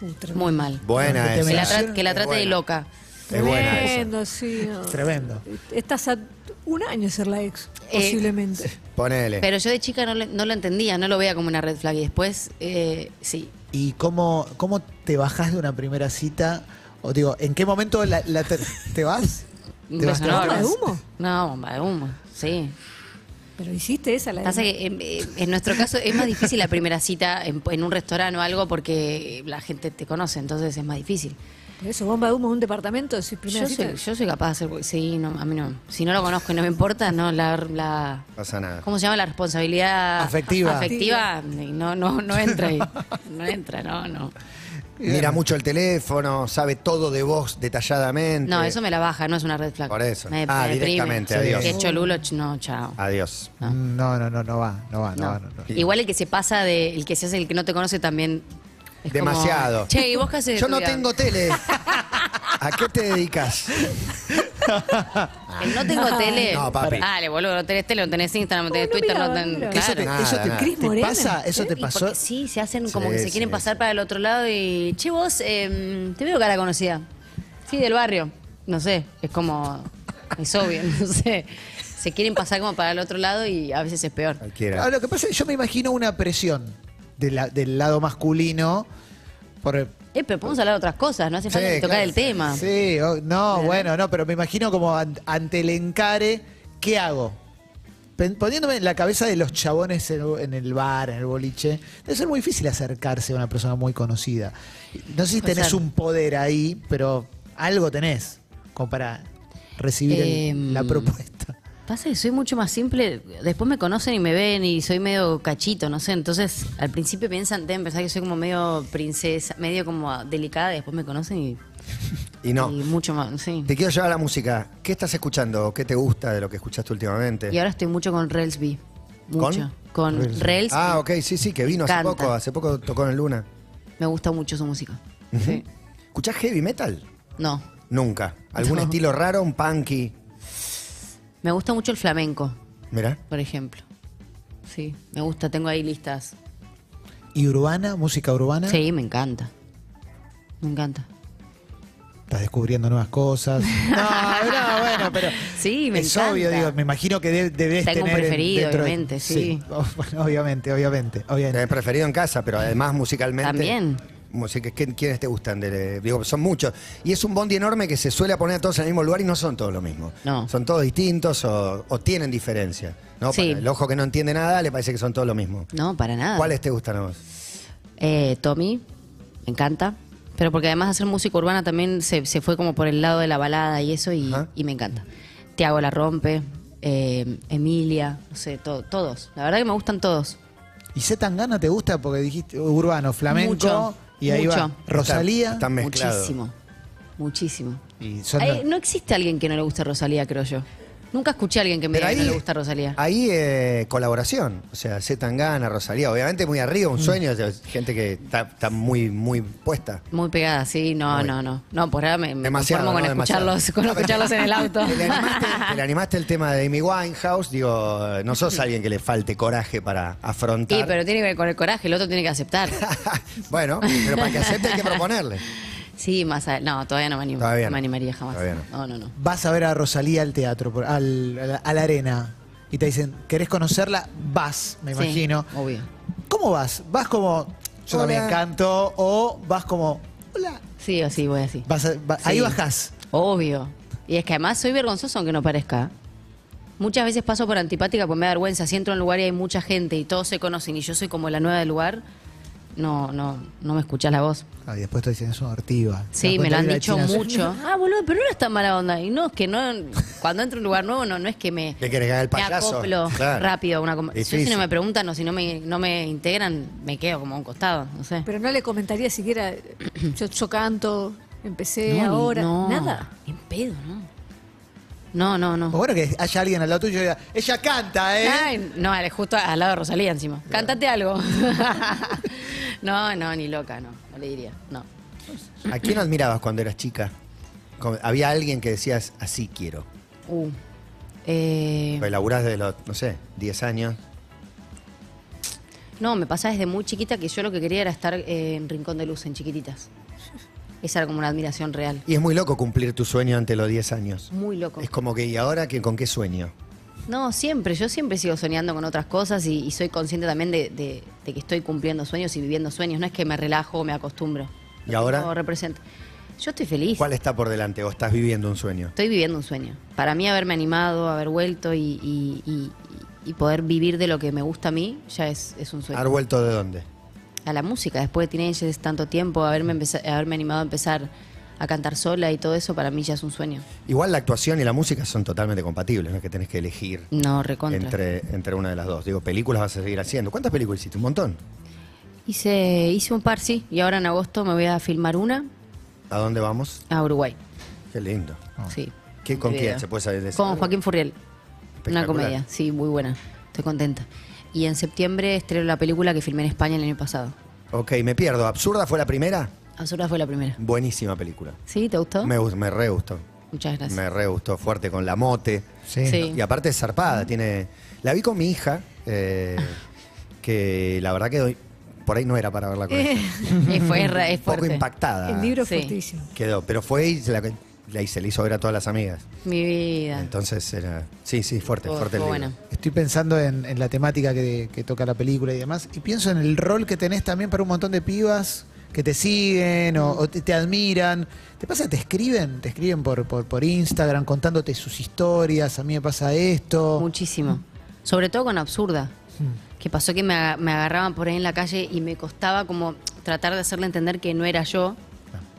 Speaker 5: Uh, tremendo.
Speaker 3: Muy mal.
Speaker 2: Buena
Speaker 4: Que
Speaker 3: Que la,
Speaker 2: esa.
Speaker 3: tra- que la
Speaker 2: Es
Speaker 3: trate de
Speaker 2: buena.
Speaker 3: loca.
Speaker 2: Es buena esa.
Speaker 5: Tremendo, sí. no.
Speaker 4: Tremendo.
Speaker 5: Estás a un año de ser la ex,
Speaker 3: Eh,
Speaker 5: posiblemente.
Speaker 2: Ponele.
Speaker 3: Pero yo de chica no, le- no lo entendía, no lo veía como una red flag. Y después, eh, sí.
Speaker 4: ¿Y cómo, cómo te bajás de una primera cita? O digo, ¿en qué momento la, la te, te vas? ¿Te vas?
Speaker 3: Beso
Speaker 4: te vas,
Speaker 3: enorme.
Speaker 4: te
Speaker 5: ¿Bomba de
Speaker 4: vas?
Speaker 5: humo?
Speaker 3: No, bomba de humo. Sí.
Speaker 5: Pero hiciste esa la
Speaker 3: Pasa
Speaker 5: de-
Speaker 3: que en, en- en nuestro caso es más difícil la primera cita en, en un restaurante o algo porque la gente te conoce, entonces es más difícil.
Speaker 5: Por eso, bomba de humo en un departamento, si primera
Speaker 3: Yo
Speaker 5: cita-
Speaker 3: soy, yo soy capaz de hacer. Sí, no, a mí no. Si no lo conozco y no me importa, no, la. la
Speaker 2: Pasa nada.
Speaker 3: ¿Cómo se llama? La responsabilidad.
Speaker 4: Afectiva.
Speaker 3: Afectiva. No, no, no entra ahí. No entra, no, no.
Speaker 2: Mira mucho el teléfono, sabe todo de vos detalladamente.
Speaker 3: No, eso me la baja, no es una red flag.
Speaker 2: Por eso.
Speaker 3: Me-
Speaker 2: Ah,
Speaker 3: me deprime.
Speaker 2: directamente, adiós. Ah,
Speaker 3: Que cholulo, ch- no, chao.
Speaker 2: Adiós.
Speaker 4: No, no, no, no va, no va, no,
Speaker 3: No.
Speaker 4: va. No, no.
Speaker 3: Igual el que se pasa de. El que se hace el que no te conoce también. es como,
Speaker 2: Demasiado.
Speaker 3: che, ¿y vos qué haces? de
Speaker 2: Yo
Speaker 3: tu
Speaker 2: no
Speaker 3: vida?"
Speaker 2: tengo tele. ¿A qué te dedicas?
Speaker 3: El no tengo tele.
Speaker 2: Ah. No, papi.
Speaker 3: Dale, boludo, no tenés tele, no tenés Instagram, no tenés
Speaker 5: no
Speaker 3: Twitter, no
Speaker 5: miraba,
Speaker 3: tenés.
Speaker 5: no miraba.
Speaker 4: Eso te,
Speaker 2: Claro.
Speaker 4: eso te-
Speaker 2: Nada,
Speaker 5: Cris
Speaker 4: te
Speaker 5: Morena,
Speaker 4: pasa, eso te
Speaker 3: Y
Speaker 4: pasó.
Speaker 3: porque sí, se hacen como
Speaker 2: Sí,
Speaker 3: que se quieren
Speaker 2: sí.
Speaker 3: pasar para el otro lado y, che, vos, eh, te veo cara conocida. Sí, del barrio. No sé, es como, es obvio, no sé. Se quieren pasar como para el otro lado y a veces es peor.
Speaker 2: Cualquiera.
Speaker 4: Ah, lo que pasa es que yo me imagino una presión de la- del lado masculino por
Speaker 3: Eh, pero podemos hablar de otras cosas, no hace
Speaker 2: Sí,
Speaker 3: falta ni tocar
Speaker 2: claro.
Speaker 3: el tema.
Speaker 4: Sí, o- no, bueno, no, pero me imagino como an- ante el encare, ¿qué hago? Pen- Poniéndome en la cabeza de los chabones en, en el bar, en el boliche, debe ser muy difícil acercarse a una persona muy conocida. No sé si
Speaker 3: Puede
Speaker 4: tenés
Speaker 3: ser.
Speaker 4: un poder ahí, pero algo tenés como para recibir el-
Speaker 3: Em,
Speaker 4: la propuesta.
Speaker 3: Pasa que soy mucho más simple, después me conocen y me ven y soy medio cachito, no sé, entonces al principio piensan, deben pensar que soy como medio princesa, medio como delicada, y después me conocen y,
Speaker 2: Y no.
Speaker 3: y mucho más, sí.
Speaker 2: Te quiero llevar a la música. ¿Qué estás escuchando? ¿Qué te gusta de lo que escuchaste últimamente?
Speaker 3: Y ahora estoy mucho con Relsby.
Speaker 2: ¿Con?
Speaker 3: Mucho. Con, Relsby.
Speaker 2: Ah, ok, sí, sí, que vino
Speaker 3: Me
Speaker 2: hace
Speaker 3: encanta.
Speaker 2: poco. Hace poco tocó en el Luna.
Speaker 3: Me gusta mucho su música. Sí.
Speaker 2: ¿Escuchás heavy metal?
Speaker 3: No.
Speaker 2: Nunca. ¿Algún
Speaker 3: No.
Speaker 2: estilo raro? ¿Un punky?
Speaker 3: Me gusta mucho el flamenco,
Speaker 2: Mirá.
Speaker 3: por ejemplo. Sí, me gusta, tengo ahí listas.
Speaker 4: ¿Y urbana? ¿Música
Speaker 2: Ah.
Speaker 4: urbana?
Speaker 3: Sí, me encanta. Me encanta.
Speaker 4: Estás descubriendo nuevas cosas. No, no, bueno, pero.
Speaker 3: Sí, me
Speaker 4: es
Speaker 3: encanta.
Speaker 4: obvio, digo, me imagino que de- debes
Speaker 3: Tengo un
Speaker 4: tener. en-
Speaker 3: preferido,
Speaker 4: dentro de- oh,
Speaker 3: obviamente, sí.
Speaker 4: Bueno, obviamente, obviamente, obviamente.
Speaker 2: Tenés preferido en casa, pero además musicalmente.
Speaker 3: También.
Speaker 2: Música, ¿quién- ¿Quiénes te gustan? De- digo, son muchos. Y es un bondi enorme que se suele poner a todos en el mismo lugar y no son todos lo mismo.
Speaker 3: No.
Speaker 2: Son todos distintos o, o tienen diferencia. ¿no?
Speaker 3: Sí. Ah.
Speaker 2: Para el ojo que no entiende nada le parece que son todos lo mismo.
Speaker 3: No, para nada.
Speaker 2: ¿Cuáles te gustan a vos?
Speaker 3: Eh, Tommy, me encanta. Pero porque además de hacer música urbana también se, se fue como por el lado de la balada y eso, y,
Speaker 2: Ajá.
Speaker 3: y me encanta. Tiago La Rompe, eh, Emilia, no sé, to- todos. La verdad que me gustan todos.
Speaker 4: ¿Y Z Tangana te gusta? Porque dijiste urbano, flamenco.
Speaker 3: Mucho,
Speaker 4: y ahí va.
Speaker 3: mucho.
Speaker 4: Rosalía.
Speaker 2: Está- está mezclado.
Speaker 3: Muchísimo, muchísimo.
Speaker 4: y son
Speaker 3: Ay, Eh, no existe alguien que no le guste Rosalía, creo yo. Nunca escuché a alguien que me
Speaker 2: Pero
Speaker 3: diga que
Speaker 2: ahí-
Speaker 3: no le gusta Rosalía.
Speaker 2: Ahí eh, colaboración, o sea, C. Tangana, Rosalía, obviamente muy arriba, un
Speaker 3: Mm.
Speaker 2: sueño, o sea, gente que está, está muy, muy puesta.
Speaker 3: Muy pegada, sí, no,
Speaker 2: Muy.
Speaker 3: no, no. No, por ahora me, me
Speaker 2: Demasiado.
Speaker 3: conformo con
Speaker 2: ¿no? Demasiado.
Speaker 3: escucharlos, con escucharlos en el auto.
Speaker 2: Te le, animaste, te le animaste el tema de Amy Winehouse, digo, no sos alguien que le falte coraje para afrontar.
Speaker 3: Sí, pero tiene que ver con el coraje, el otro tiene que aceptar.
Speaker 2: bueno, pero para que acepte hay que proponerle.
Speaker 3: Sí, más a- No, todavía no me animo.
Speaker 2: Todavía
Speaker 3: no me
Speaker 2: no.
Speaker 3: animaría jamás.
Speaker 2: Todavía no.
Speaker 3: No, no, no.
Speaker 4: Vas a ver a Rosalía al teatro, por- al- a, la, a la arena. Y te dicen, ¿querés conocerla? Vas, me
Speaker 3: Sí,
Speaker 4: imagino.
Speaker 3: obvio.
Speaker 4: ¿Cómo vas? ¿Vas como yo
Speaker 2: Hola.
Speaker 4: también canto? ¿O vas como, hola?
Speaker 3: Sí, o sí, voy así.
Speaker 4: Vas a- va- Ahí
Speaker 3: Sí.
Speaker 4: bajás.
Speaker 3: Obvio. Y es que además soy vergonzoso aunque no parezca. Muchas veces paso por antipática porque me da vergüenza. Si entro en un lugar y hay mucha gente y todos se conocen y yo soy como la nueva del lugar, no, no, no me escuchas la voz.
Speaker 4: Ah, y después te dicen, es una ortiva.
Speaker 3: Sí,
Speaker 4: La
Speaker 3: me lo han
Speaker 4: cuenta
Speaker 3: dicho
Speaker 4: de la china-
Speaker 3: mucho. Ah, boludo, pero no eres tan mala onda. Y no, es que no, cuando entro a un lugar nuevo, no, no es que me,
Speaker 2: Le querés ganar el
Speaker 3: me
Speaker 2: payaso.
Speaker 3: acoplo
Speaker 2: Claro.
Speaker 3: rápido a una com- Yo si
Speaker 2: Difícil.
Speaker 3: no me preguntan o si no me, no me integran, me quedo como a un costado, no sé.
Speaker 5: Pero no le comentaría siquiera, yo, yo canto, empecé
Speaker 3: No, ni-
Speaker 5: eh, ahora,
Speaker 3: no.
Speaker 5: nada.
Speaker 3: En pedo, no. No, no,
Speaker 4: O
Speaker 3: no.
Speaker 4: bueno que haya alguien al lado tuyo y diga, ella canta, ¿eh?
Speaker 3: Ay, no, era justo al lado de Rosalía encima. Cántate algo. no, no, ni loca, no. No le diría, no.
Speaker 2: ¿A quién admirabas cuando eras chica? Como- Había alguien que decías, así quiero.
Speaker 3: Uh. Eh,
Speaker 2: Lo laburás desde los, no sé, 10 años.
Speaker 3: No, me pasa desde muy chiquita que yo lo que quería era estar eh, en Rincón de Luz, en chiquititas. Esa era como una admiración real.
Speaker 2: Y es muy loco cumplir tu sueño ante los 10 años.
Speaker 3: Muy loco.
Speaker 2: Es como que, ¿y ahora qué- con qué sueño?
Speaker 3: No, siempre, yo siempre sigo soñando con otras cosas y, y soy consciente también de, de- de que estoy cumpliendo sueños y viviendo sueños. No es que me relajo o me acostumbro.
Speaker 2: ¿Y ahora?
Speaker 3: No represento. Yo estoy feliz.
Speaker 2: ¿Cuál está por delante? ¿O estás viviendo un sueño?
Speaker 3: Estoy viviendo un sueño. Para mí haberme animado, haber vuelto y, y- y- y poder vivir de lo que me gusta a mí ya es, es un sueño.
Speaker 2: ¿Has vuelto de dónde?
Speaker 3: a la música después de Teenagers tanto tiempo, haberme, empeza- haberme animado a empezar a cantar sola y todo eso, para mí ya es un sueño.
Speaker 2: Igual la actuación y la música son totalmente compatibles, no es que tenés que elegir
Speaker 3: No, recontra.
Speaker 2: entre, entre una de las dos. Digo, películas vas a seguir haciendo. ¿Cuántas películas hiciste? Un montón.
Speaker 3: Hice, hice un par, sí, y ahora en agosto me voy a filmar una
Speaker 2: ¿A dónde vamos?
Speaker 3: a Uruguay.
Speaker 2: Qué lindo.
Speaker 3: Sí.
Speaker 2: Ah. ¿Qué- con
Speaker 3: Video.
Speaker 2: quién? ¿Se puede saber de eso?
Speaker 3: Con Joaquín Furriel. Una
Speaker 2: Espectacular.
Speaker 3: comedia, sí, muy buena. Estoy contenta. Y en septiembre estreno la película que filmé en España el año pasado.
Speaker 2: Ok, me pierdo. ¿Absurda fue la primera?
Speaker 3: Azura fue la primera.
Speaker 2: Buenísima película.
Speaker 3: ¿Sí? ¿Te gustó?
Speaker 2: Me, gust- me re gustó.
Speaker 3: Muchas gracias.
Speaker 2: Me re gustó. Fuerte con la mote.
Speaker 4: Sí.
Speaker 3: Sí.
Speaker 2: Y aparte es zarpada. Tiene... La vi con mi hija, eh, que la verdad que hoy- por ahí no era para verla con ella.
Speaker 3: Y fue ra- es
Speaker 2: Un poco
Speaker 3: fuerte.
Speaker 2: impactada.
Speaker 5: El libro es
Speaker 3: Sí.
Speaker 5: fuertísimo.
Speaker 2: Quedó, pero fue y se la, la- y se le hizo ver a todas las amigas.
Speaker 3: Mi vida.
Speaker 2: Entonces era. Sí, sí, fuerte,
Speaker 3: Fue-
Speaker 2: fuerte el
Speaker 3: fue
Speaker 2: libro.
Speaker 3: buena.
Speaker 4: Estoy pensando en, en la temática que, que toca la película y demás, y pienso en el rol que tenés también para un montón de pibas que te siguen o, o te, te admiran. ¿Te pasa? ¿Te escriben? ¿Te escriben por, por, por Instagram contándote sus historias? A mí me pasa esto.
Speaker 3: Muchísimo. Sobre todo con Absurda. Que pasó que me, aga- me agarraban por ahí en la calle y me costaba como tratar de hacerle entender que no era yo,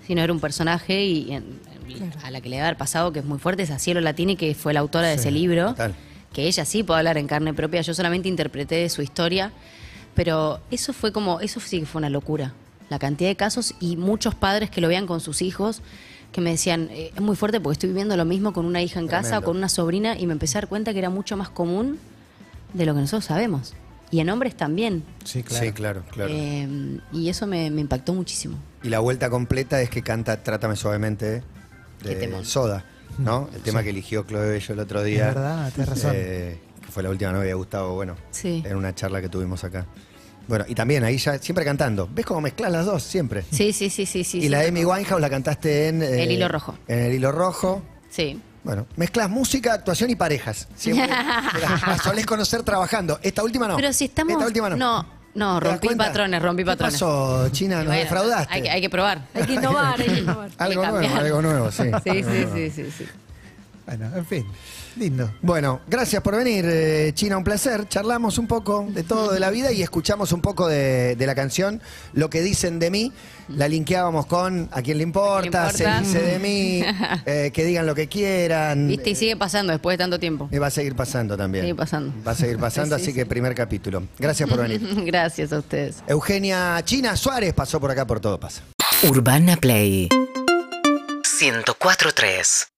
Speaker 3: sino era un personaje y en- y a la que le debe haber pasado, que es muy fuerte, es a Cielo Latini, que fue la autora de ese libro.
Speaker 2: total.
Speaker 3: Que ella sí puede hablar en carne propia, yo solamente interpreté de su historia. Pero eso fue como, eso sí que fue una locura. La cantidad de casos y muchos padres que lo vean con sus hijos que me decían, eh, es muy fuerte porque estoy viviendo lo mismo con una hija en casa o
Speaker 2: Tremendo.
Speaker 3: con una sobrina y me empecé a dar cuenta que era mucho más común de lo que nosotros sabemos. Y en hombres también.
Speaker 4: Sí,
Speaker 2: Sí, claro, claro.
Speaker 3: Eh, y eso me, me impactó muchísimo.
Speaker 2: Y la vuelta completa es que canta Trátame suavemente
Speaker 3: Qué
Speaker 2: de
Speaker 3: temón.
Speaker 2: Soda, ¿no? El tema que eligió Chloe Bello el otro día.
Speaker 4: Es verdad, tenés razón.
Speaker 2: eh, que fue la última novia de Gustavo, bueno.
Speaker 3: Sí.
Speaker 2: En una charla que tuvimos acá. Bueno, y también ahí ya siempre cantando. ¿Ves cómo mezclas las dos? Siempre.
Speaker 3: Sí, sí, sí, sí, sí.
Speaker 2: y
Speaker 3: sí,
Speaker 2: la
Speaker 3: sí.
Speaker 2: Amy Winehouse la cantaste en. eh,
Speaker 3: El Hilo Rojo.
Speaker 2: En El Hilo Rojo.
Speaker 3: Sí.
Speaker 2: Bueno, mezclas música, actuación y parejas. Siempre te las- las solés conocer trabajando. Esta última no.
Speaker 3: Pero si estamos.
Speaker 2: Esta última no.
Speaker 3: No, no,
Speaker 2: ¿Te das
Speaker 3: rompí
Speaker 2: cuenta?
Speaker 3: patrones, rompí patrones.
Speaker 2: ¿Qué pasó,
Speaker 3: Y
Speaker 2: China? Nos
Speaker 3: bueno,
Speaker 2: defraudaste.
Speaker 3: Hay, que- hay que probar.
Speaker 5: Hay que innovar, hay que innovar.
Speaker 2: Algo
Speaker 3: que
Speaker 2: nuevo,
Speaker 3: cambiar.
Speaker 2: algo nuevo, sí.
Speaker 3: Sí, sí, sí, sí, sí.
Speaker 4: Bueno, en fin, lindo.
Speaker 2: Bueno, gracias por venir, eh, China, un placer. Charlamos un poco de todo de la vida y escuchamos un poco de, de la canción Lo que dicen de mí. La linkeábamos con A quién le importa,
Speaker 3: ¿A quién le importa?
Speaker 2: se dice de mí, eh, que digan lo que quieran.
Speaker 3: Viste, y sigue pasando después de tanto tiempo.
Speaker 2: Eh, va a seguir pasando también.
Speaker 3: Sigue pasando.
Speaker 2: Va a seguir pasando, así que primer capítulo. Gracias por venir.
Speaker 3: Gracias a ustedes.
Speaker 2: Eugenia China Suárez pasó por acá por Todo Pasa.
Speaker 6: Urbana Play 1043